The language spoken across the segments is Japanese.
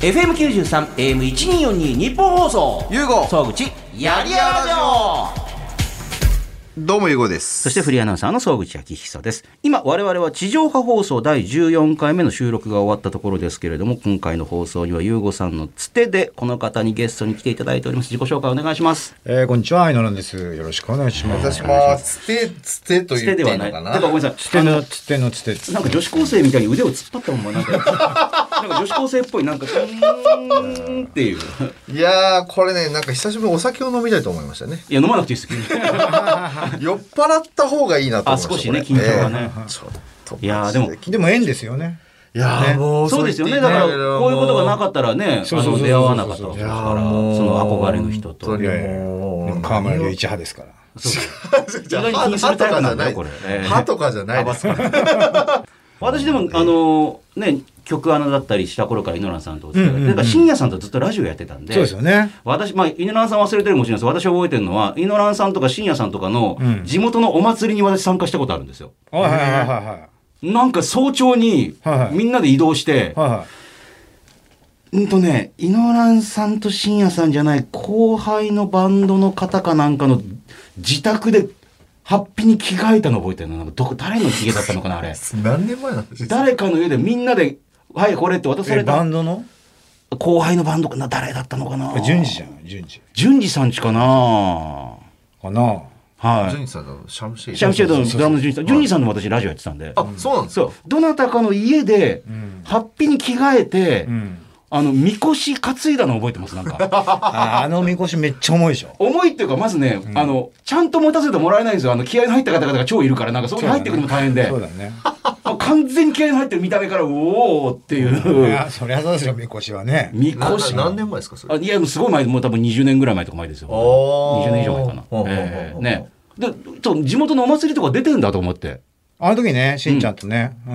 FM93、AM1242 日本放送。ゆうご総口、やりやらじょどうもゆうごですそしてフリーアナウンサーの総口昭久です。今、我々は地上波放送第14回目の収録が終わったところですけれども、今回の放送には、ゆうごさんのつてで、この方にゲストに来ていただいております。自己紹介お願いします。えー、こんにちは、アイノランです。よろしくお願いします。私はつてつてとつ言てってでいはのいない。かだからごめんなさい。つての、つての、つて。なんか女子高生みたいに腕を突っ張ったもんなんか、なんか女子高生っぽい、なんか、うーんっていう。いやーこれねなんか久しぶりにお酒を飲みたいと思いましたねいや、飲まなくていいですけど。 酔っ払った方がいいなと思いましたあ少しねこれ緊張がねええちょっといやーでもマジでも縁ですよね。いやーもうそうですよね。言だっかてら、いこだういうことがなっかったらね、あそうそうのそうそうそう出会わなかったわけですから、その憧れの人と。本当いにやいや、でも河村隆一派ですから。じゃ意外に気にするタイプなんだよ歯とかじこゃなれいええ歯とかじゃないですから私でも、あのね曲アナだったりした頃から井ノ原さんとお付きう合い、んうんうんなんか深夜さんとずっとラジオやってたんでそうですよね。私まあ井ノ原さん忘れてるかもしれないです私覚えてるのは井ノ原さんとか深夜さんとかのうん地元のお祭りに私参加したことあるんですよはいはいはいはなんか早朝にはいはいみんなで移動してい、はい。はうんとね井ノ原さんと深夜さんじゃない後輩のバンドの方かなんかの自宅でハッピに着替えたの覚えてるのなんかどこ誰の家だったのかな あれ何年前の話ですか誰かの家でみんなで「はいこれ」って渡いさえ。れたバンドの後輩のバンドかな誰だったのかな順次じゃん、順次。順次さんちかなかなはジュいニさんのシャムシェイシャムシェードのドラムの順次さはんい順次さんの私ラジオやってたんであそうなんですそかうどなたかの家で、んハッピに着替えて、うん。あのみこし担いだの覚えてますなんかああのみこしめっちゃ重いでしょ。重いっていうかまずね、あのちゃんと持たせてもらえないんですよあの気合いの入った方々が超いるからなんかそこに入ってくるのも大変で、そうだね。あ完全に気合いの入ってる見た目からおおっていいうや、そりゃそうですよ、みこしはね。みなこし何年前ですかそれあいや、もうすごい前、もう多分20年ぐらい前とか前ですよ。おー20年以上前かな。ほうほうほうほうええね。で、ちょ地元のお祭りとか出てんだと思って。あの時ね、しんちゃんとね。うん。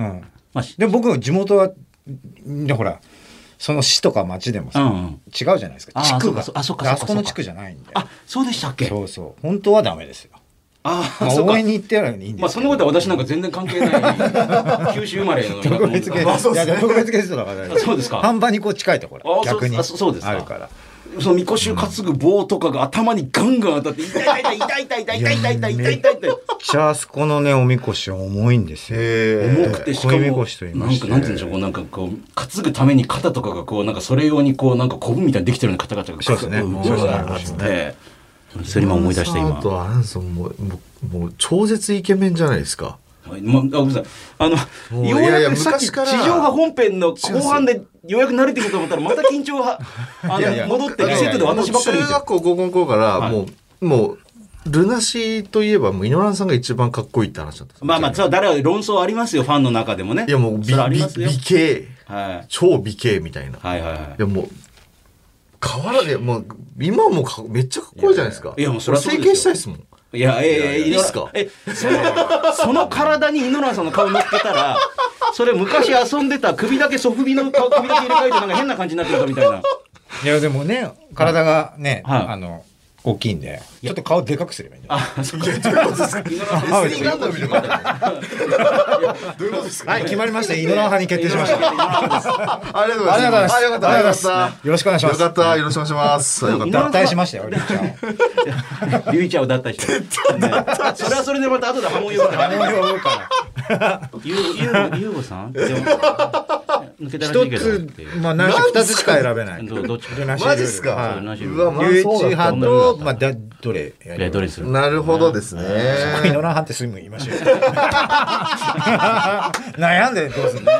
まあ、しで、僕、地元は、でほら、その市とか町でもうんうさ、ん。違うじゃないですか。あ地ー区が。そうかそうあそうかそうかあそこの地区じゃないんで。あ、そうでしたっけそうそう。本当はダメですよ。ああ、まあ、そう応か。援に行ってやるのにいいんですまあ、そのことは私なんか全然関係ない。九州生まれの。特別ゲまあスト。そういや、特別ゲストだからあ そうですか半端にこう近いところあ。そう逆に。あそうそうですかあるから。そのみこしを担ぐ棒とかが頭にガンガン当たって、痛い痛い痛い痛い痛い痛い痛い痛い痛い痛い。じゃあ、あそこのね、おみこしは重いんですよ。へ重くてしかも、恋なんみかこしと言いましてなんて言うんでしょう、こうなんかこう、担ぐために肩とかがこう、なんかそれ用にこう、なんかコブみたいにできてるような方々がそうですねこそうですねあって、それ今思い出して今あ。とあれなんですよもうもうもう超絶イケメンじゃないですかまあ、ごめんなさい。あの、もようういやいややくさっき、昔地から上波本編の後半で、ようやく慣れてくると思ったら、また緊 張が、あいやいの、や戻っていリやいセやットで私ばっかり見中てる学。校高校の頃からもう、もうルナシーといえばもう井ノ原さんが一番かっこいいって話だったんですよまあまあ、そう、誰は論争ありますよ、ファンの中でもね。いやもう美それはあります美よ。美形はい。超美形みたいな、はいはいはい、いやもう変わらねもう今もかめっちゃかっこいいじゃないですかいやいやいやもうそりゃそうですよ整形したいですもんいや、ええ、えいえ、やいや井いいっす上かえ、その、その体に井ノ原さんの顔乗っけたら、それ昔遊んでた首だけ、ソフビの顔首だけ入れ替えてなんか変な感じになってるかみたいな。いや、でもね、体がね、はいあの、大きいんで、ちょっと顔でかくすればい いんじゃないあ、そっか。井ノ原さんあディズニーランドみたい などういうことですかはい、決まりました。イノラン派に決定しました。よありがとうございますありがとうございますあろしくお願いしまよす。かったよろしくお願いしますよかった脱退しましたよ、りゅうちゃんを。リュウちゃんを脱退して。ねそれはそれでまた後で波紋呼ぶから。何を呼ぶかゆう、ゆう、ゆうごさんでも抜けなたらしいけ一どっつて、まあ、ないし二つしか選べない。どどっちかルナシーマジっすか、ルールははいいい、うわまあリュウそチうだっ派たと、まあ、だ、どれやえりどまれすにするなるほどですねそこイノラン派ってすぐ言いましょうよ。悩んでどうするの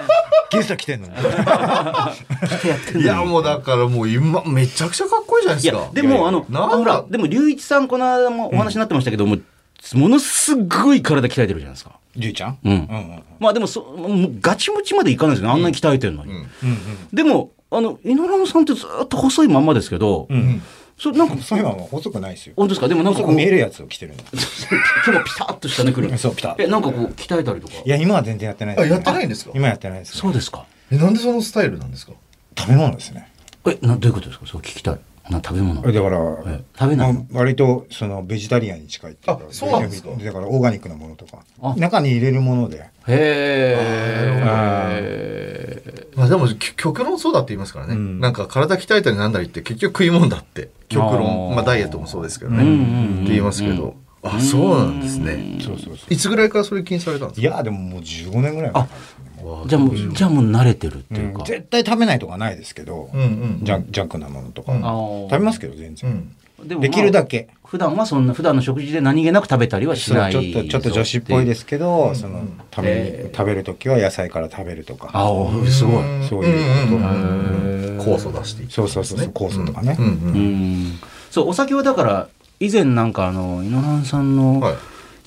ゲスト来てんのに。いやもうだからもう今めちゃくちゃかっこいいじゃないいですかや、でも、あの、なんかほら、でも、隆一さん、この間もお話になってましたけども、ものすごい体鍛えてるじゃないですか。りゅうちゃんうんうんうん。まあでもそ、もうガチムチまでいかないですよね。あんなに鍛えてるのに。でも、あの、井ノ原さんってずっと細いまんまですけど、んそれなんか、そういうのはもう細くないですよ。本当ですかでもなんか細こくう、見え今るやつを着てるの。日ピタッとしたね、くる。そうピタッえ、なんかこう、鍛えたりとか。いや、今は全然やってないです、あやってないんですか今やってないです、そうですか。えなんでそのスタイルなんですか食べ物ですね。え、な、どういうことですかそう聞きたい。な、食べ物。だから、え食べないのまあ割と、その、ベジタリアンに近いっていかあそうなんですかだから、オーガニックなものとかあ。中に入れるもので。へえ。あまあでもき極論そうだって言いますからね、んなんか体鍛えたりなんだりって結局食い物だって極論あーまあダイエットもそうですけどね、うんうんうんって言いますけど、あそうなんですねそうそうそいつぐらいからそれ気にされたんですういかやでももう15年ぐらい前あじゃあもうじゃあもう慣れてるっていうか、絶対食べないとかないですけど、うんうんジャンジャンクなものとか、うんあー食べますけど全う然、んでもまあできるだけ、普段はそんな普段の食事で何気なく食べたりはしそうないちょっとちょっと女子っぽいですすけど、その食べ,、えー食べる時は野菜から食べるとか、ああすごいそういうこと、酵素出していくそうそうそうそう酵素とかね、うんううんんそうお酒はだから以前なんかあの井ノ原さんうんはのい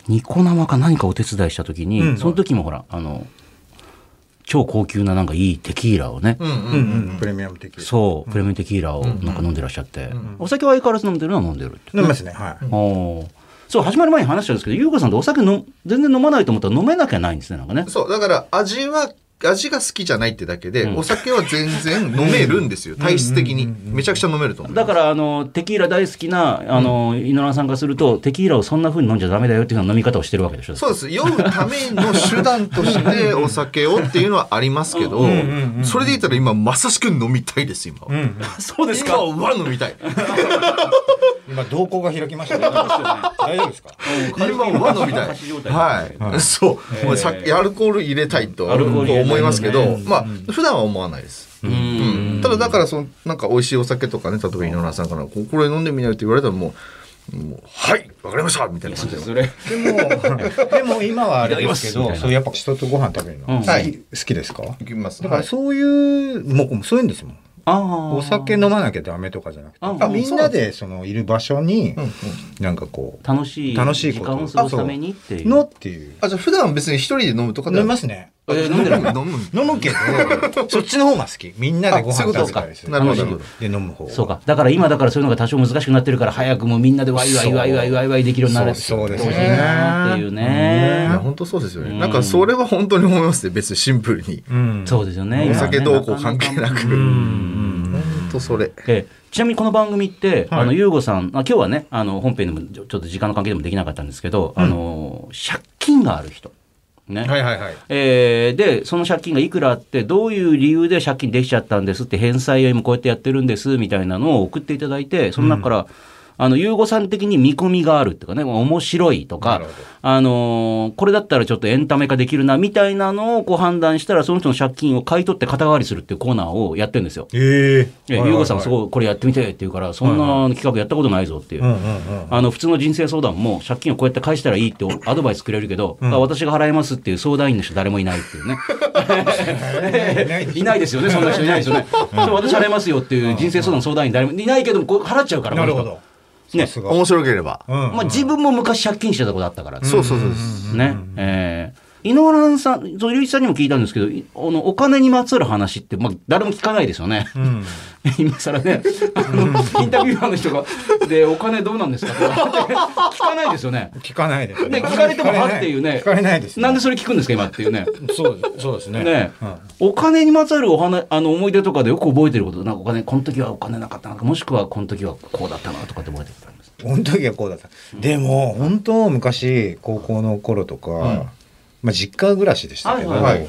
ニコ生か何かお手伝いした時に、うんその時もほらあの超高級ななんかいいテキーラをね、うんうんうんうんうんプレミアム的そうプレミアムテキーラをなんか飲んでらっしゃって、お酒は相変わらず飲んでるのは飲んでるって、飲みますねはい、ああそう始まる前に話したんですけど優子さんってお酒の全然飲まないと思ったら飲めなきゃないんですねなんかねそうだから味は味が好きじゃないってだけで、うんお酒は全然飲めるんですよ体質的にめちゃくちゃ飲めると思うだからあのテキーラ大好きなあの、井上さんからするとテキーラをそんな風に飲んじゃダメだよっていうような飲み方をしてるわけでしょそう です酔うための手段としてお酒をっていうのはありますけどうんうんうんうんそれで言ったら今まさしく飲みたいです今は、うん、そうです今かは飲みたい今瞳孔が開きましたね大丈夫ですか今は飲みたいはい、そう、はいさっきアルコール入れたいとアルコール入れたいよね思いますけど、んまあ普段は思わないです、うんうんただだからそのなんか美味しいお酒とかね例えば井上さんから「ここれ飲んでみない?」って言われたらもうもうはいわかりました!」みたいな感じでそれでもでも今はあれですけいただきますみたどいなそうやっぱ人とご飯食べるの、うん好きはい好きですかいきますだからはいそういうもうそういうんですもんああお酒飲まなきゃダメとかじゃなくてああみんなでそのいる場所になんかこう楽しい楽しい時こと間を過ごすためにっていうのっていうあじゃあ普段は別に一人で飲むとか飲みますすねえー飲んでるの飲む飲むけど そっちの方が好きみんなでごあそうい飯うこと食べたりするなるほど楽しいで飲む方そうかだから今だからそういうのが多少難しくなってるから早くもうみんなでワイワイワイワイワイワイできるようになるそうそうですねほしいなっていういやね本当そうですよね、なんかそれは本当に思いますね別にシンプルに、うんそうですよねお酒どうこう関係なく、うん本当それええちなみにこの番組って、あの、ゆうごさん、あ今日はね、あの、本編でもちょ、ちょっと時間の関係でもできなかったんですけど、あの、借金がある人。ね。はいはいはいえーで、その借金がいくらあって、どういう理由で借金できちゃったんですって、返済を今こうやってやってるんです、みたいなのを送っていただいて、その中から、あの、ゆうごさん的に見込みがあるっていうかね、面白いとなかるほど、あのーこれだったらちょっとエンタメ化できるな、みたいなのをこう判断したら、その人の借金を買い取って肩代わりするっていうコーナーをやってるんですよ。えええ、ゆうごさん、そこ、これやってみてって言うから、そんな企画やったことないぞっていうう。んうん うんあの、普通の人生相談も、借金をこうやって返したらいい ってアドバイスくれるけど、あ私が払いますっていう相談員の人誰もいないっていうね。 いないですよね、そんな人いないですよね。 そう私払いますよっていう人生相談の相談員誰もいないけども、こう払っちゃうから。なるこほの人どねさすが面白ければ、うんまあ自分も昔借金してたことあったから。そうそうそうです、ね。えー井ノ原さん、そう、ゆういちさんにも聞いたんですけど、いあ の、お金にまつわる話って、まあ、誰も聞かないですよね。 今更ね、あの、インタビュアーの人が、で、お金どうなんですかとかって聞かないですよね。聞かないですね、聞かれてもはっていうね。聞かれないですなんでそれ聞くんですか、今っていうね。そうそうですねね、お金にまつわるお話、あの、思い出とかでよく覚えてること、なんかお金、この時はお金なかったな、もしくはこの時はこうだったなとかって覚えてることあります。この時はこうだったでも本当昔高校の頃とか、まあ、実家暮らしでしたけど、はいはいはい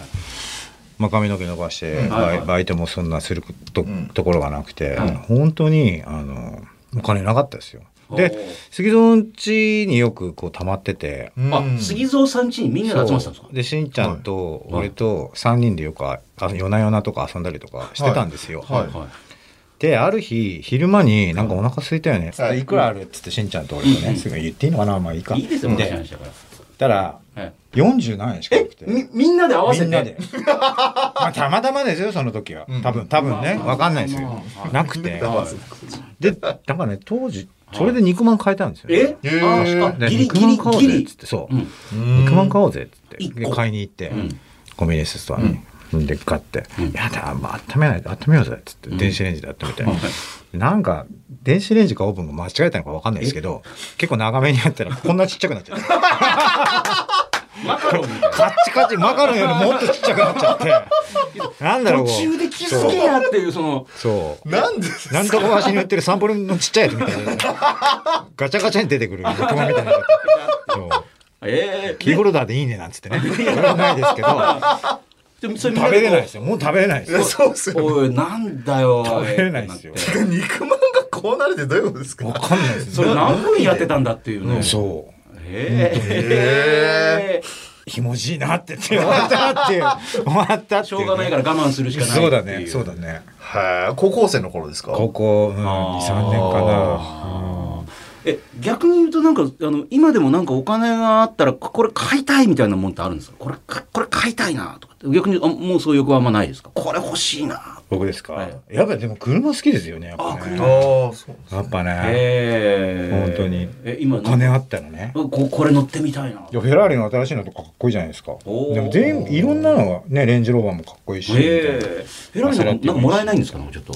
まあ、髪の毛伸ばして、はいバイバイトもそんなすると,、んところがなくて、はい本当にあのお金なかったですよ。おーで杉戸の家によくこう溜まってて。うんあ、杉蔵さん家にみんなで集まってたんですかでしんちゃんと俺と3人でよくああ夜な夜なとか遊んだりとかしてたんですよ。はいはい。である日昼間になんかお腹空いたよねっつって、はいい、くらあるっつってしんちゃんと俺とね、すぐ言っていいのかなまあいいかいいですよ、昔ので話だかたらら。はい40何円しかなくてみ、みんなで合わせて。みんな でまあたまたまですよその時はうん多分多分ねまあ分かんないですよまあなく てはいでだからね当時それで肉まん買えたんですよえへーああでギリ肉ギまリん買おうギぜっリつってそううん肉まん買おうぜっつって一個で買いに行ってんコンビニエンスストアにで買って「やだまあ温めないと温めようぜ」っつって電子レンジで温めてなんか電子レンジかオーブンが間違えたのか分かんないですけど結構長めにやったらこんなちっちゃくなっちゃってマカロンみたいな。カッチカチマカロンよりもっとちっちゃくなっちゃってなんだろう途中で気づけやっていう、その、そうなんでなんとか橋に売ってるサンプルのちっちゃいやつみたいなガチャガチャに出てくる仲間みたいなそうええ キーホルダーでいいねなんつってねそれはないですけどでそれみん食べれないですすよ。もう食べれないですよ。そうっすよねおいなんだよ食べれないですよ 肉まんがこうなるってどういうことですかわかんないですそれ何分やってたんだっていうね、そう。へえひもじいなってって終わったっていう 終わったってしいうょね、うがないから我慢するしかないそうだっていねそうだねはい高校生の頃ですか高校、うん、23年かなあーえ逆に言うとなんかあの今でもなんかお金があったらここれ買いたいみたいなもんってあるんですかこれかこれ買いたいなとかって逆にあもうそういう欲はあんまないですかこれ欲しいな僕ですか、はいやっぱでも車好きですよねやっぱあね車ああそうやっぱねええ本当にえ今お金あったらねここれ乗ってみたいないやフェラーリの新しいのとかかっこいいじゃないですかおーでも全部いろんなのはねレンジローバーもかっこいいし、みたいなええラーリなんかなんかもらえないんですかねちょっと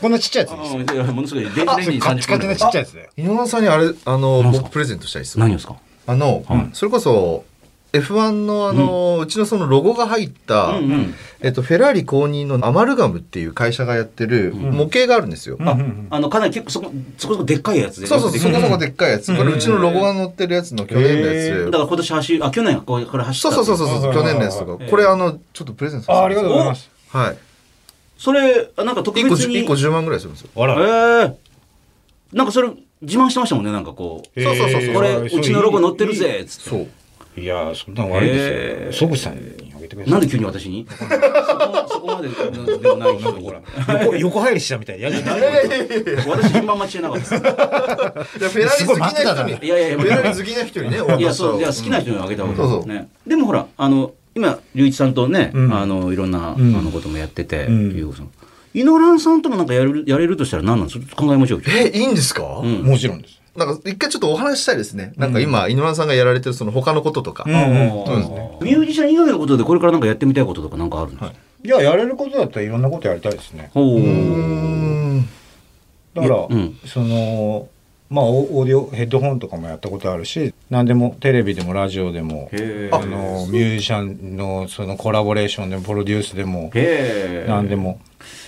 こんなちっちゃいやつですよあものすごい電子レンジにカチカチのちっちゃいやつだよ井上さんにあれあの何ですか僕プレゼントしたいです何ですかあの、はいそれこそ F1 のあの、うちのそのロゴが入った、うんうんえっと、フェラーリ公認のアマルガムっていう会社がやってる模型があるんですよ。うんうんあのかなり結構そこそこそこでっかいやつでそうそうそう、そこそこでっかいやつ。これうちのロゴが載ってるやつの去年のやへだつか。ら今年走りあ去年これこれ走そっうたそうそうそうはいはいそう、はい去年のやつとかえ。えこれあの、ちょっとプレゼントさせあてありがとうございますはい。それあなんか特1個別に1個10万ぐらいするんですよ。あらええなんかそれ自慢してましたもんねなんかこうへーそうそうそうそうこれうちのロゴ載ってるぜっつってそう。いやそんなの悪いへーですよ曽口さんにあげてくださいなんで急に私にそこそこまででもないのにほら横横入りしたみたいやじゃない私順番待ちじゃな かったいやフェラーリ好きな人に、いやいやいやフェラーリ好きな人にね、お渡しいや、そう、をいや、好きな人にあげた方がいいうんですね。でも、ほら、あの、今、龍一さんとね、うんあの、いろんな、あんのこともやってて、うんゆうこさん。井ノ蘭さんともなんかやる、やれるとしたら、何なんですか。考えましょう。え、いいんですかんもちろんですなんか一回ちょっとお話ししたいですね。なんか今、井上さんがやられてるその他のこととか。うんうんそうですミュージシャン以外のことで、これからなんかやってみたいこととか、なんかあるんですか。いややれることだったらいろんなことやりたいですねほう。うんだから、うんそのまあオオーディオヘッドホンとかもやったことあるし何でもテレビでもラジオでもへえ。あのミュージシャンのそのコラボレーションでもプロデュースでもへえ。何でも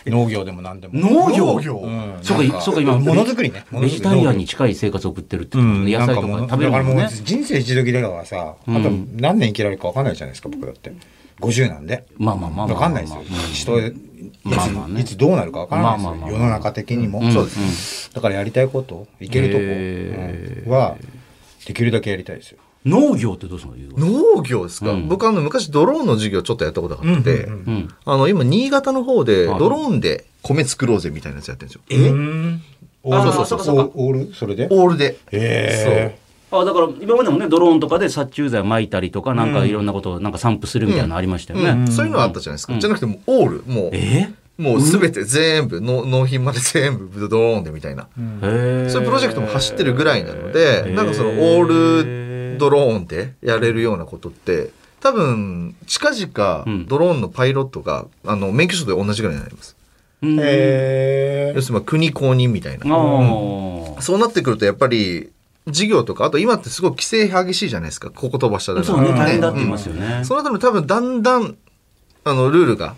農業でも何でも農業。農業うんそうなんか、そうか、今。ものづくりねベジタリアンにも近い生活を送ってるってことのね、づくり野菜とうんかなん食べるだからもんもうね。人生一時だからさ、うんあと何年生きられるか分かんないじゃないですか僕だって50なんでまあまあまあまあまあ。分かんないですよ人いつ,、まあまあねいつどうなるか分からないですよ、まあまあま世あの中的にも、うんそうです、だからやりたいこといけるとこ、へーうんはできるだけやりたいですよ農業ってどうするのゆうこさん農業ですか、うん僕あの昔ドローンの授業ちょっとやったことがあって、うんうんうん。あの今新潟の方ではいドローンで米作ろうぜみたいなやつやってるんですよ。えうんオあーールそうかそうかオールそれでオールで。えあだから今までもねドローンとかで殺虫剤を撒いたりとかなんかいろんなことをなんか散布するみたいなのありましたよね。うんそういうのはあったじゃないですか。じゃなくてもうオール、もう、えもうすべて全部、の納品まで全部ドローンでみたいな。へえそういうプロジェクトも走ってるぐらいなので、なんかそのオールドローンでやれるようなことって、多分、近うん々、ドローンのパイロットが、あの、免許証で同じぐらいになります。うんー、え要するに、まあ国公認みたいなあ。ーそうなってくるとやっぱり事業とかあと今ってすごい規制激しいじゃないですかここ飛ばしただそうね大変だって言いますよね。そのあたりも多分だんだんあのルールが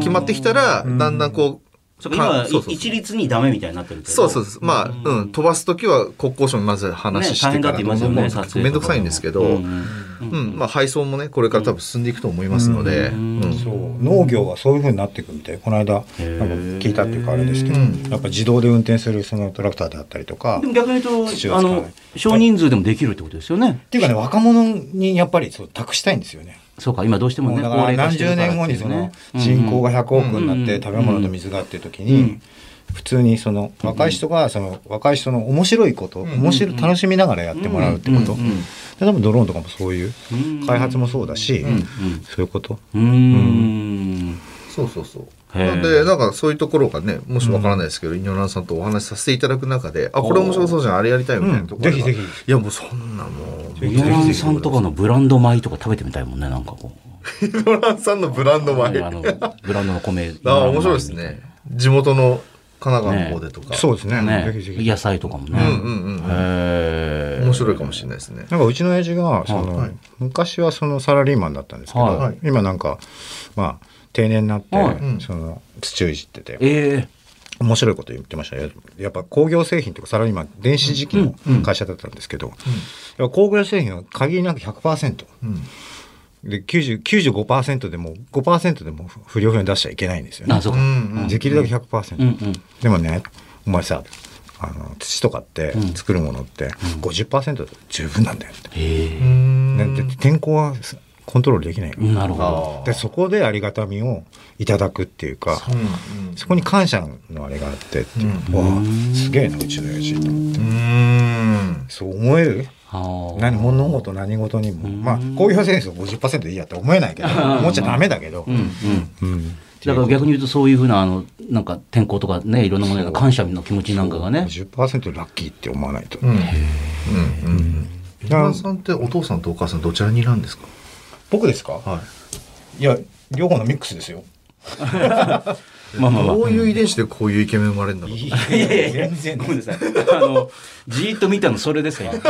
決まってきたらだんだんこうそうかかそ今うそう一律にダメみたいになってるけど。そうそうそうまあ、うん、飛ばす時は国交省にまず話してね大変だかってら言いどまんすどよんどねんどんめんどくさいんですけど、ううんんまあ、配送もねこれから多分進んでいくと思いますので、うんそう農業はそういうふうになっていくみたいこの間なんか聞いたっていうかあれですけど、やっぱ自動で運転するそのトラクターであったりとかでも逆に言う土とはあ使わないの少人数でもできるってことですよね。っていうかね若者にやっぱりそう託したいんですよねそうか今どうしてももねうだ高から齢化何してる十から年後っていにうそのね人口が100億になっうんて食べ物と水がっていう時に普通にその若い人がその若い人の面白いこと面白い楽しみながらやってもらうってことで多分ドローンとかもそういう開発もそうだしそういうことうんうんそうそうそうへーなんでなんかそういうところがねもしわからないですけど、イニョランさんとお話しさせていただく中であこれ面白そうじゃんあれやりたいみたいなところが、うんぜひぜいひやもうそんなもうイノランさんとかのブランド米とか食べてみたいもんねなんかこう。イノランさんのブランド米ああのブランドの米。 あ面白いですね地元の神奈川の方でとか、そうですねねぜひぜひ野菜とかもね。うんうんうんへー面白いかもしれないですね、なんかうちの親父がその、はい昔はそのサラリーマンだったんですけど、はい今なんかまあ定年になって、はいうんその土をいじっててええ面白いこと言ってましたよやっぱ工業製品とかサラリーマン電子機器の会社だったんですけど、やっぱ工業製品は限りなく100%、うんで90 95%でも5%でも不良品を出しちゃいけないんですよねあ、そうか。できるだけ100%、うんうん。でもねお前さあの土とかって作るものって50%で十分なんだよって、へねで天候はコントロールできないからえ。なるほど。でそこでありがたみをいただくっていうかそ,、うんこに感謝のあれがあってっていう、わあすげえなうちの親父と思ってうんそう思えるああ。何物事何事にもまあ工業戦争50%でいいやって思えないけど思っちゃダメだけど、うんうん。うんだから逆に言うとそういうふうな、あの、なんか天候とかね、いろんなものへの感謝の気持ちなんかがね。 10%ラッキーって思わないと、うんうんうん今田さんってお父さんとお母さんどちらにいらんですか僕ですか、、はいや両方のミックスですよまあまあまあど。ういう遺伝子でこういうイケメン生まれるんだろういやいや全然ごめんなさい。 あの、じーっと見たのそれですよ。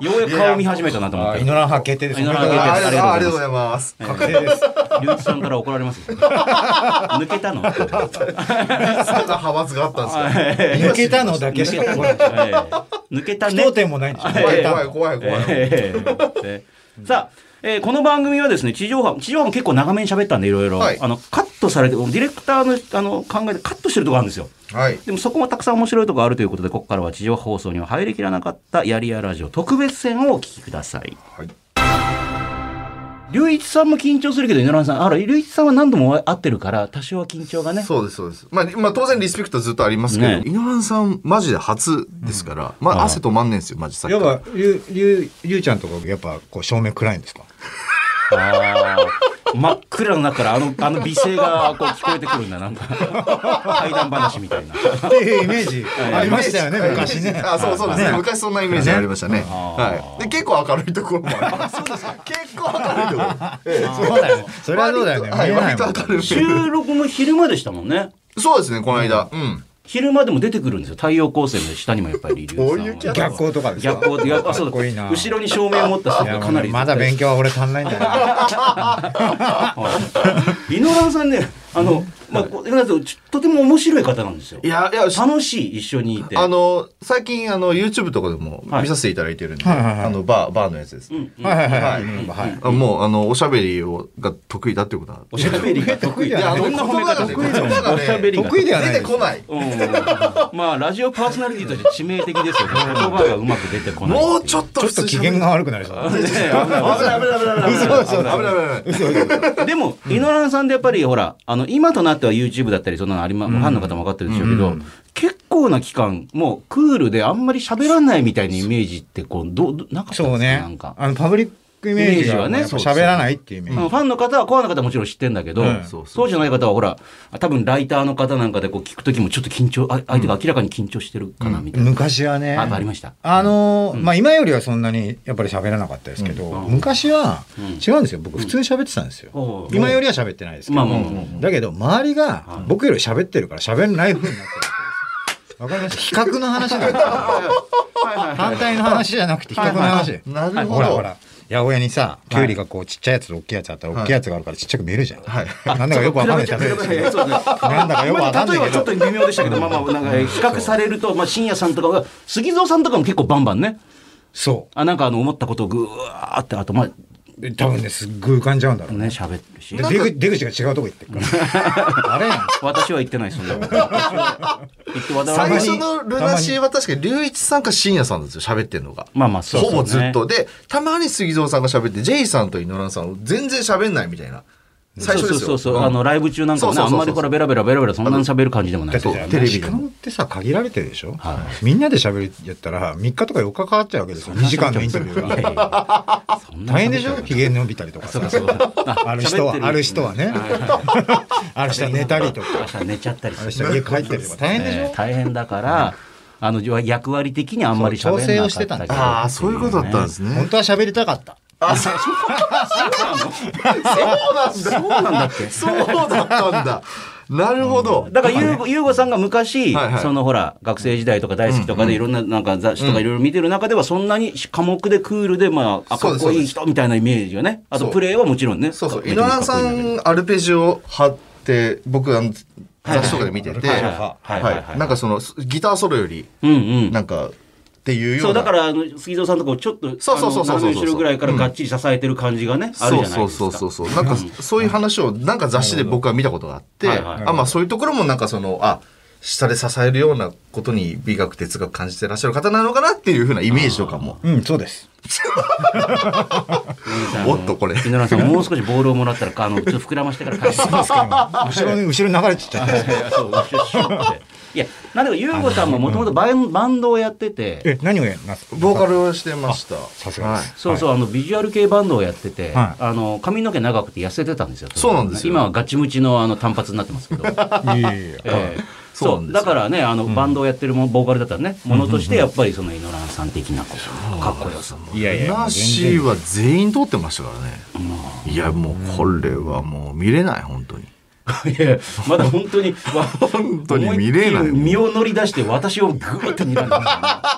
今ようやく顔見始めたなと思っあて。イノラン派決定ですイノラン僕派がありがとうございますありがとうございます確定です龍一さんから怒ら れますよ。抜けたの。そんな派閥があったんですか抜けたのだけしか来ない不ええ抜けたね。当店もないんでしょ怖い抜け た怖い怖い怖いええさあ、えーこの番組はですね、地上波、地上波も結構長めに喋ったんで、いろいろ、はいあの、カットされて、ディレクターのあの考えでカットしてるとこあるんですよ。はいでもそこもたくさん面白いとこあるということで、ここからは地上波放送には入りきらなかったやりやラジオ特別編をお聞きください。はい龍一さんも緊張するけど、井上さん、あら、龍一さんは何度も会ってるから、多少は緊張がね。そうですそうです、まあ、まあ当然リスペクトずっとありますけど、ね井上さんマジで初ですから、まあ、汗止まんねんですよマジさっきやっからぱゆゆゆうちゃんとかやっぱこう照明暗い んですかあー真っ暗の中からあの、あの美声がこう聞こえてくるんだ、なんか。怪談話みたいな。っていうイメージありましたよねはい昔ねあそうそうですねね昔そんなイメージありましたねあはいで結構明るいところもあります結構明るいところええそうだよねそれはそうだよね見割えとないもはいん割と明るい収録も昼間でしたもんね。そうですねこの間うん昼間でも出てくるんですよ。太陽光線の下にもやっぱり龍一さんはどういうキャラ逆光とかですか逆光って、逆光あ、そうかっこいいだ。な後ろに照明を持った人いやがかなり。まだ勉強は俺足んないんだ よなはい。井上さんね、あの、まあ、こう井上さんちとても面白い方なんですよい。やいやし楽しい、一緒にいて。あの最近あの YouTube とかでもはい見させていただいてるんで、はいはいはいあのバーバーのやつです、うんうんはいはいはいうんはいあもうあのおしゃべりをが得意だってことはおしゃべりが得意いやだ。あのどんな褒め方言で葉がねおしゃべりが得意ではない出でてすこないうんまあラジオパーソナリティとして致命的ですよね。言葉がうまく出てこない。もうちょっとちょっと機嫌が悪くなりそうでも、井上さんでやっぱりほら、あの、今となっては YouTube だったり、そんなのありま、ファンの方も分かってるでしょうけど、結構な期間、もうクールであんまり喋らないみたいなイメージって、こう、どう、どうなかったんですそかうねなんか。あのパブリックイメージイはメーねジはね喋らないっていうイメあーのジファンの方は、コアの方はもちろん知ってんだけど、うそうんそうそうじゃない方はほら、多分ライターの方なんかでこう聞くときもちょっと緊張、あ相手が明らかに緊張してるかなみたいな。昔はねあやっぱありました。あのーまあ今よりはそんなにやっぱり喋らなかったですけど、昔は違うんですよ僕普通に喋ってたんですよ、うん今よりは喋ってないですけど、まあまあまあまだけど周りが僕より喋ってるから喋らないふうになってるんですよわかります比較の話 だよ反対の話じゃなくて比較の話、なるほほらどほら八百屋にさきゅうりがこうちっちゃいやつと大きいやつあったら大きいやつがあるからちっちゃく見えるじゃん、はいなんだかよくわかんない比じゃべちゃう比べちなゃうそうですねんだかよくわかんない例えばけちょっどと微妙でしたけど、まあまあ、なんかえー比較されると、まあ、深夜さんとかが、杉蔵さんとかも結構バンバンね、そあなんかあの思ったことをぐわーって、あと、まあ、う多分ねすっごい浮かんじゃうんだろうねね、喋ってるしで。出口出口が違うとこ行ってる から。あれなん私は言ってない、そんなこと。私は言ってわざわ最ざ初のルナシーは確かに龍一さんか深夜さんなんですよ喋ってるのがまあまあそうですねほぼずっとでたまに杉蔵さんが喋ってジェイさんと井上さんを全然喋んないみたいな最初ですよそうそうそうそう、あの、ライブ中なんかもね、そうあそうそうそうんまりこれベラベラベラベラ、そんなに喋る感じでもない。そうだよねテレビ時で間ってさ限られてるでしょ、はみんなで喋るやったら3日とか4日かかっちゃうわけですよ2時間のインタビューがが。そんな大変でしょひげ伸びたりとかさある人はある人はねある人は寝たりとか朝寝ちゃったりあするる。人は家帰ったりとか大変でしょ、ね大変だから、あの、役割的にあんまり喋んなかそったけどう調整をしてたんだああそういうことだったんですね本当は喋りたかったそうなんだってそうだったんだなるほどだからゆうご、ゆうごさんが昔、はいはいそのほら、学生時代とか大好きとかでいろんななんか雑誌とかいろいろ見てる中では、そんなに寡黙でクールで、まあ、あそうでかっすこいい人みたいなイメージがね。あと、そうプレーはもちろんね。そうそうめ井ちゃめちゃ上さかっこいいだんアルペジオ貼って僕あの雑誌とかで見ててはいはいはいはいはいはいはいなんかそのギターソロよりけどうんうん。なんかっていうようなそうだからあの杉蔵さんとかをちょっとそうそうそうそうあの斜め後ろぐらいからがっちり支えてる感じがね、あるじゃないですか。そうそうそうそうそう。なんか、そういう話を、なんか雑誌で僕は見たことがあって、はいはいあ、まあそういうところもなんかその、あ、下で支えるようなことに美学、哲学感じてらっしゃる方なのかなっていうふうなイメージとかも。うん、そうです。おっとこれ井上さんもう少しボールをもらったらあのちょっと膨らましてから返す。 後ろに、後ろに流れてっちゃった。そうシュッシュッっていやなんでか優吾さんももともとバンバンドをやっててえ、何をやりますボーカルをしてました。さすがではすいそうそう、あのビジュアル系バンドをやってて、はいあの髪の毛長くて痩せてたんですよそうなんですよ今はガチムチのあの短髪になってますけど いやいやいやええそうそなんうですよだからねあの、バンドをやってるもボーカルだったらねものとしてやっぱりそのイノランさん的なこうかっこよさ いやいやナッシーは全員通ってましたからね。いや、もうこれはもう見れない、本当に。いやまだ本 当に本当に見れない身を乗り出して私をグーッと睨んでま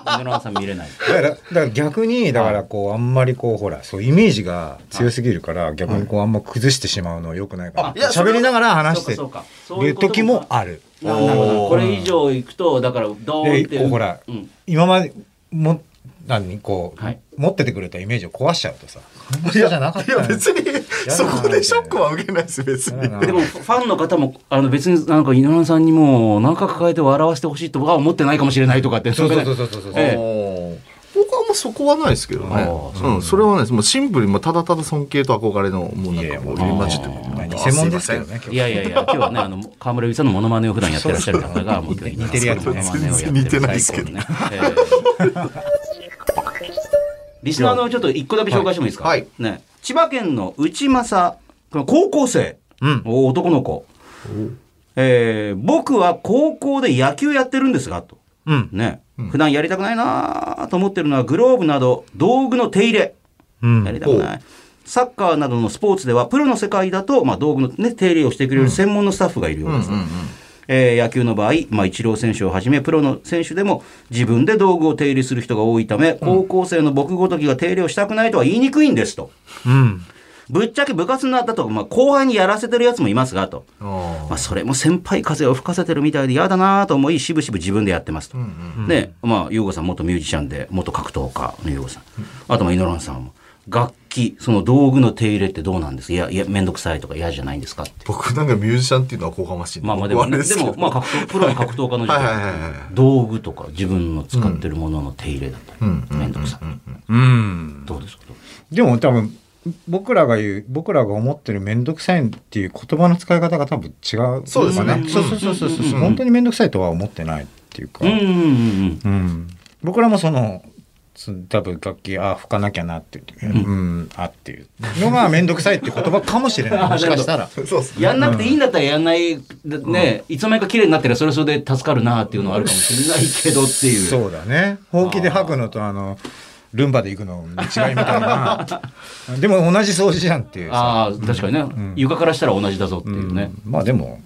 すよねイノランさん見れないだからだから逆にだからこうあんまりこうほらそうイメージが強すぎるから逆にこうあんま崩してしまうのよくないかあいらや喋りながら話してそうかそうかそういうること時もある。なるほど おーこれ以上いくとだからドーンでってこうほらうん今までも何こう、はい持っててくれたイメージを壊しちゃうとさいやじゃなかったいや、別に、なそこでショックは受けないです、別に。でもファンの方もあの別になんか井上さんにもお腹抱えて笑わせてほしいとは思ってないかもしれないとかってそうそうそううそうそうそう、ええ僕はもうそこはないですけどね。あうん、それはないです。もうシンプルに、もうただただ尊敬と憧れの、もうなんいやいかやももうう入り混じってまあ偽物ですけどね。今日いやいやいや今日はねあの川村由美さんのモノマネを普段やってらっしゃる方がもう今日似てるやつねモノマネをやってる全然似てないですけど最高のねええリスナーのちょっと一個だけ紹介してもいいですか、はいね、千葉県の内政この高校生、うんお男の子、えー僕は高校で野球やってるんですがとうんね、普段やりたくないなと思ってるのはグローブなど道具の手入れ、うんやりたくないサッカーなどのスポーツではプロの世界だと、まあ、道具の、ね、手入れをしてくれる専門のスタッフがいるようです、えー野球の場合、まあ、イチロー選手をはじめプロの選手でも自分で道具を手入れする人が多いため高校生の僕ごときが手入れをしたくないとは言いにくいんですとうんぶっちゃけ部活になったと、まあ、後輩にやらせてるやつもいますがと、まあ、それも先輩風を吹かせてるみたいで嫌だなと思いしぶしぶ自分でやってますと、でまあ優吾さん元ミュージシャンで元格闘家の優吾さんあとまあイノランさんも楽器その道具の手入れってどうなんですいやいや面倒くさいとか嫌じゃないんですかって僕なんかミュージシャンっていうのはこがましいんまあまあで僕も、はね、れですけどもまあ格闘プロの格闘家の時はいはいはいは代い道具とか自分の使ってるものの手入れだったり面倒くさいうんどうですかでも多分僕らが言う僕らが思ってる面倒くさいっていう言葉の使い方が多分違うそうですねかそうそうそうそうそう本当に面倒くさいとは思ってないっていうか、うんうんうんうんうん僕らもそのそ多分楽器あ吹かなきゃなっていう、うんあっていうのが 面倒くさいっていう言葉かもしれ ないもしかしたらそうっすねやんなくていいんだったらやんない、ね、いつの間にか綺麗になってるそれはそれで助かるなっていうのはあるかもしれないけどっていう。そうだねほうきで吐くのとあのルンバで行くのの違いみたい なでも同じ掃除じゃんっていうさ、ああ、確かにね、床からしたら同じだぞっていうね。うんまあでも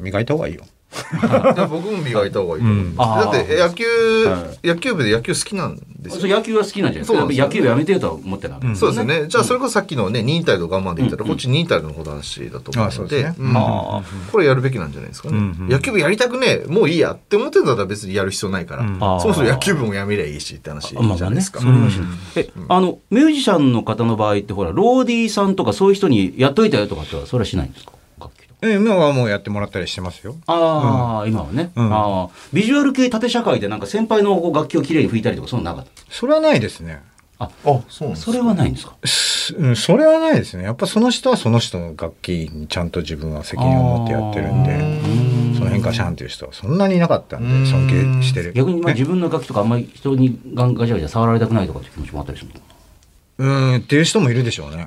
磨いた方がいいよいや僕も磨いた方がいいと思います、うんだって野球、は野球部で野球好きなんですそよう野球は好きなんじゃないですか。そうですやっぱ野球部やめてよとは思ってない。そうですよね、じゃあそれこそさっきのね忍耐と我慢で言ったら、こっち忍耐の方の話だと思うあそのうで,、ですねうんああこれやるべきなんじゃないですかね、うんうん野球部やりたくねえもういいやって思ってたら別にやる必要ないから、うんあーそもそも野球部もやめりゃいいしって話じゃあまあまなあいでね、すそか、れはしないえ、あの、ミュージシャンの方の場合って、ほら、ローディーさんとかそういう人にやっといたよとかっては、それはしないんですか楽器とかえ今はもうやってもらったりしてますよ。ああ、今はね、うんああ。ビジュアル系縦社会でなんか先輩のこう楽器をきれいに拭いたりとか、そういうのなかっそれはないですね。あそうなんですた。それはないんです かすうん、それはないですね。やっぱその人はその人の楽器にちゃんと自分は責任を持ってやってるんあで、その変化シャンっていう人はそんなにいなかったんで、尊敬してる。逆にまあ自分の楽器とかあんまり人にガンガチャガチャ触られたくないとかって気持ちもあったりするのかなうん、っていう人もいるでしょうね。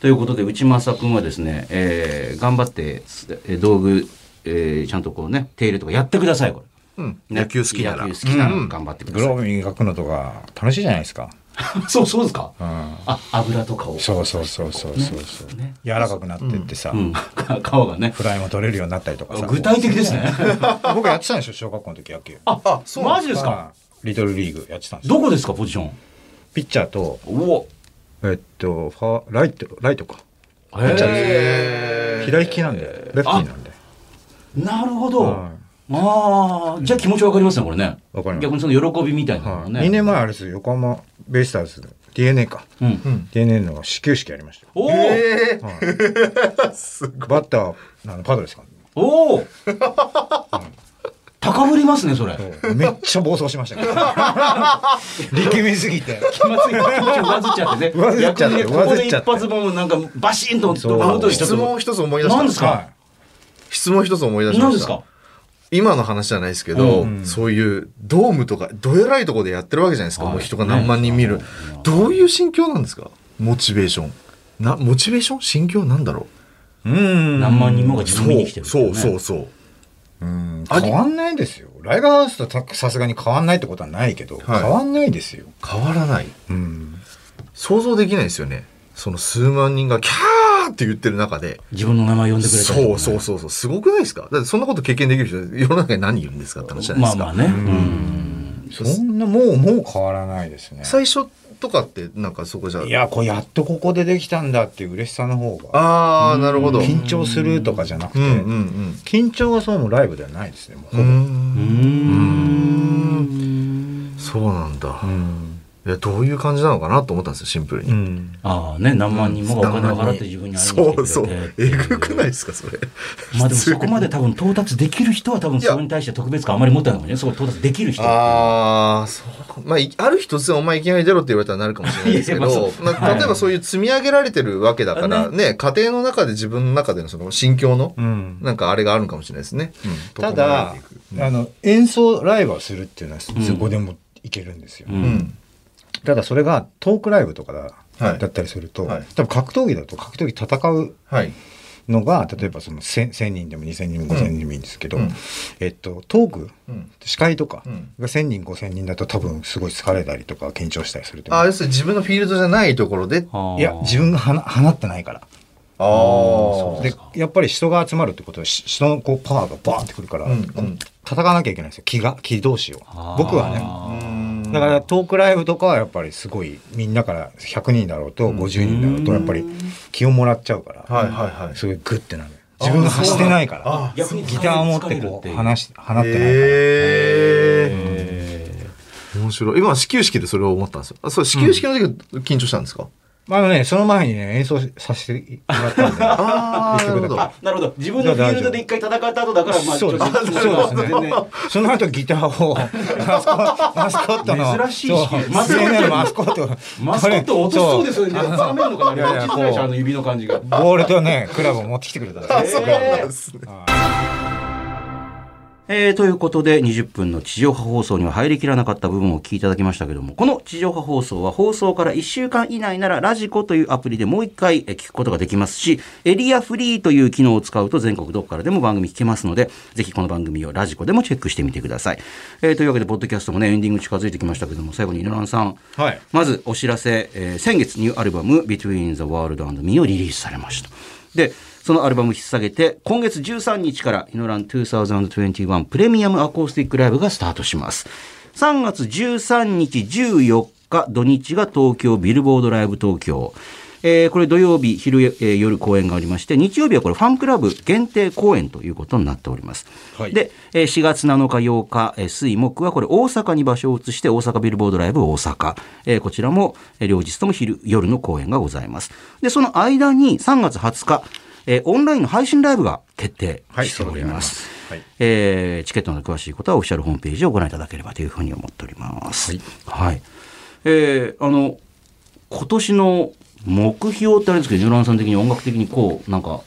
ということで内政君はですね、えー頑張ってすえー道具、えーちゃんとこうね手入れとかやってくださいこれ、うんね野球好きなら野球好きなら頑張ってくだグさい、ローブ磨くのとか楽しいじゃないですか。そうそうですか、うん。あ油とかをそうそうそうそうそうそう。ね柔らかくなってってさ、うん、 か皮がねフライも取れるようになったりとかさ。具体的ですね僕やってたんでしょ、小学校の時野球。あマジですかうんリトルリーグやってたんですよ。どこですかポジションピッチャーと、おえっと、ファライト、ライトか。おへえ左利きなんで、レフティーなんで。なるほど、はいああ、じゃあ気持ちわかりますね、これね。わかります逆にその喜びみたいなのはもい、ね。 2年前あれですよ横浜ベイスターズの DNA か、うん。 DNA の始球式やりましたよおお、えーバッターはあのパドレスかおお高ぶりますね、それ。 めっちゃ暴走しましたけど力みすぎて気まずい気持ち上ずっちゃってね。上ずっちゃって逆にねここで上ずっ一ちゃって発もなんかバシンとドカンとした質と問を一つ思い出した。何ですかは質問一つ思い出しました。何ですか今の話じゃないですけど、うそういうドームとか、どえらいとこでやってるわけじゃないですか。はいもう人が何万人見る。どういう心境なんですかモチベーション。な、モチベーション心境なんだろいうん何万人もがう。自そ分見にう、来てる、。そう、そうう、そう。うん 変わんないですよライブハウスとたさすがに変わんないってことはないけど、はい変わんないですよ変わらない。うん想像できないですよね。その数万人がキャーって言ってる中で。自分の名前呼んでくれたりとかねそうそうそうそう。すごくないですかだってそんなこと経験できる人、世の中に何人いるんですかって話じゃないでますあか。まあね。うん。そんなもうもう変わらないですね最初とかって、なんかそこじゃ。いやこうやっとここでできたんだっていう嬉しさの方がああ、なるほど。緊張するとかじゃなくて、うんうん緊張はそうもライブではないですねもううん。うほぼうーんん。そうなんだ。うんいやどういう感じなのかなと思ったんですよシンプルに、うんああね、何万人もがお金を払って自分に会いに来てくれそうてそうえぐくないですかそれまあでもそこまで多分到達できる人は多分それに対して特別感あまり持ってないのかもね。そこ到達できる人っていう。ああそうかまあいある日突然お前いきなり出ろって言われたらなるかもしれないですけいやまあどそうまあ例えばそういう積み上げられてるわけだから、ね家庭の中で自分の中でのその心境の、うんなんかあれがあるのかもしれないですね、ただ、あの演奏ライブをするっていうのはそこでもいけるんですよ、う。うんん、ただそれがトークライブとかだ,、はいだったりすると、はい多分格闘技だと格闘技戦うはいのが例えばその 1000, 1000人でも2000人でも5000人でもいいんですけど、うんえっと、トークうん司会とかうんが1000人5000人だと多分すごい疲れたりとか緊張したりするとあ思あう要するに自分のフィールドじゃないところであはいや自分が放放ってないから。あーでやっぱり人が集まるってことはし人のこうパワーがバーンってくるから、うんこ戦わなきゃいけないんですよ気が気同士をあー僕はねうんだからトークライブとかはやっぱりすごいみんなから100人だろうと50人だろうとやっぱり気をもらっちゃうから、はいはいはいすごいグッてなる自分が発してないかあら逆にギターを持ってこう話し話放ってないから、ええ面白い今始球式でそれを思ったんですよあそう始球式の時は緊張したんですか、まああのねその前にね演奏させてもらったん でああなるほどあ、なるほど。自分のフィールドで一回戦った後だから、まあ、そうですちょっとそうです全然ね。その後ギターを、マスコマスコットの。珍しい式そうマスコット CNN マスコット。マスコット落としそうですよね。これ掴めるのかなあれいやいや落ちづらいでしょあの指の感じが。ボールとね、クラブを持ってきてくれたんですよ。そうなんですねえーということで、20分の地上波放送には入りきらなかった部分をお聞きいただきましたけども、この地上波放送は放送から1週間以内ならラジコというアプリでもう一回えー聞くことができますし、エリアフリーという機能を使うと全国どこからでも番組聞けますので、ぜひこの番組をラジコでもチェックしてみてください。えーというわけで、ポッドキャストもね、エンディング近づいてきましたけども、最後に井上さん。はいまずお知らせ、えー先月ニューアルバム「Between the World and Me」をリリースされましたでそのアルバムを引っ提げて今月13日から「ヒノラン2021プレミアムアコースティックライブ」がスタートします3月13日14日土日が東京ビルボードライブ東京えーこれ土曜日昼、えー夜公演がありまして日曜日はこれファンクラブ限定公演ということになっております、はいで、えー4月7日8日、えー水木はこれ大阪に場所を移して大阪ビルボードライブ大阪、えーこちらも、えー両日とも昼夜の公演がございますでその間に3月20日、えーオンラインの配信ライブが決定しております,、はいそうでございますはいえーチケットの詳しいことはオフィシャルホームページをご覧いただければというふうに思っておりますはい、えーあの今年の目標ってあれですけど、ジョランさん的に音楽的にこう、なんか、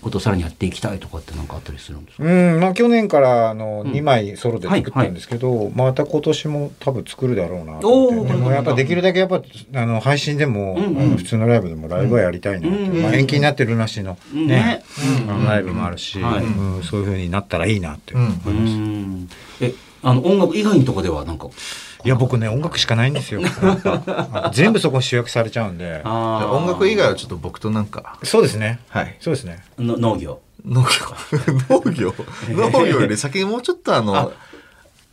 ことをさらにやっていきたいとかってなんかあったりするんですかうん、まあ去年からあの2枚ソロで作ったんですけど、また今年も多分作るだろうなと思おっーてでもやっぱできるだけやっぱあの配信でも、うんうんあの普通のライブでもライブはやりたいなって、うんうんまあ、延期になってるなしの、うんねねあのライブもあるし、はいうんそういうふうになったらいいなって、うんうーん。え、あの、音楽以外のとこではなんか、いや僕ね音楽しかないんです よなんか全部そこに集約されちゃうんであー音楽以外はちょっと僕となんかそうですねはいそうですねの農業。農業農業農業より先にもうちょっとあのあ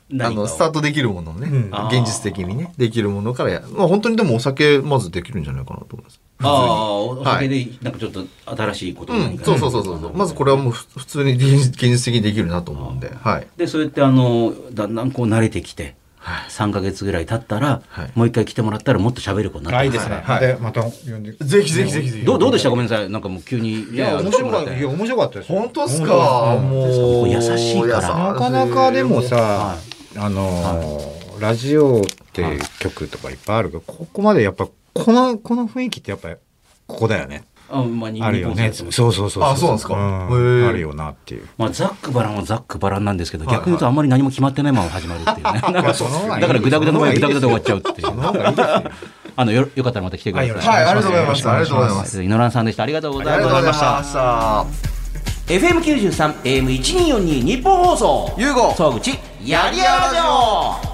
何かをのスタートできるものをね、ん現実的にねできるものからや、まあ、本当にでもお酒まずできるんじゃないかなと思いますああ、おはい酒で、なんかちょっと新しいことをう何ん、かねそうそうそうそうまずこれはもうふ普通に現実現実的にできるなと思うんではいで、そうやって、あの、だんだんこう慣れてきて、は3ヶ月ぐらい経ったらはい、もう一回来てもらったらもっと喋る子になあっいいて。ですね。はいで、また呼んで。ぜひぜひぜひぜひどうどうでしたごめんなさい。なんかもう急に。いいや、面白かっった。たいや、面白かったですよ。本当っすかもう優しいからなかなかでもはさ、あのー、ラジオっていう曲とかいっぱいあるけど、ここまでやっぱ、この、この雰囲気ってやっぱ、ここだよね。あ、まあ、日あるよ本ね。そうそうですそうそう。あそうなんですかへんえあるよなっていう。まあ、ざっくばらんはざっくばらんなんですけど、はい逆に言うとあんまり何も決まってないまま始まる っていうね。なんかその方がいいだからグダグダの場合グダグダで終わっちゃうっていう。なんかいいですね あのよよかったらまた来てください。はいはいありがとうございましたありがとうございます井上さんでした。ありがとうごあざりいがとうござまいしたま。した。 FM93AM1242 日本放送ゆうご沢口やりやろうよ